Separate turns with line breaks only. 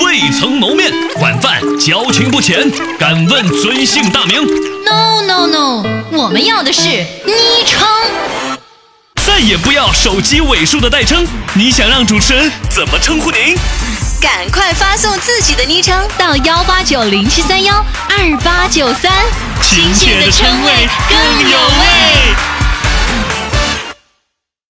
未曾谋面，晚饭交情不浅，敢问尊姓大名？
No no no，我们要的是昵称。
再也不要手机尾数的代称，你想让主持人怎么称呼您？
赶快发送自己的昵称，
到幺八九零七三幺二八九三，
亲切的称谓更有味。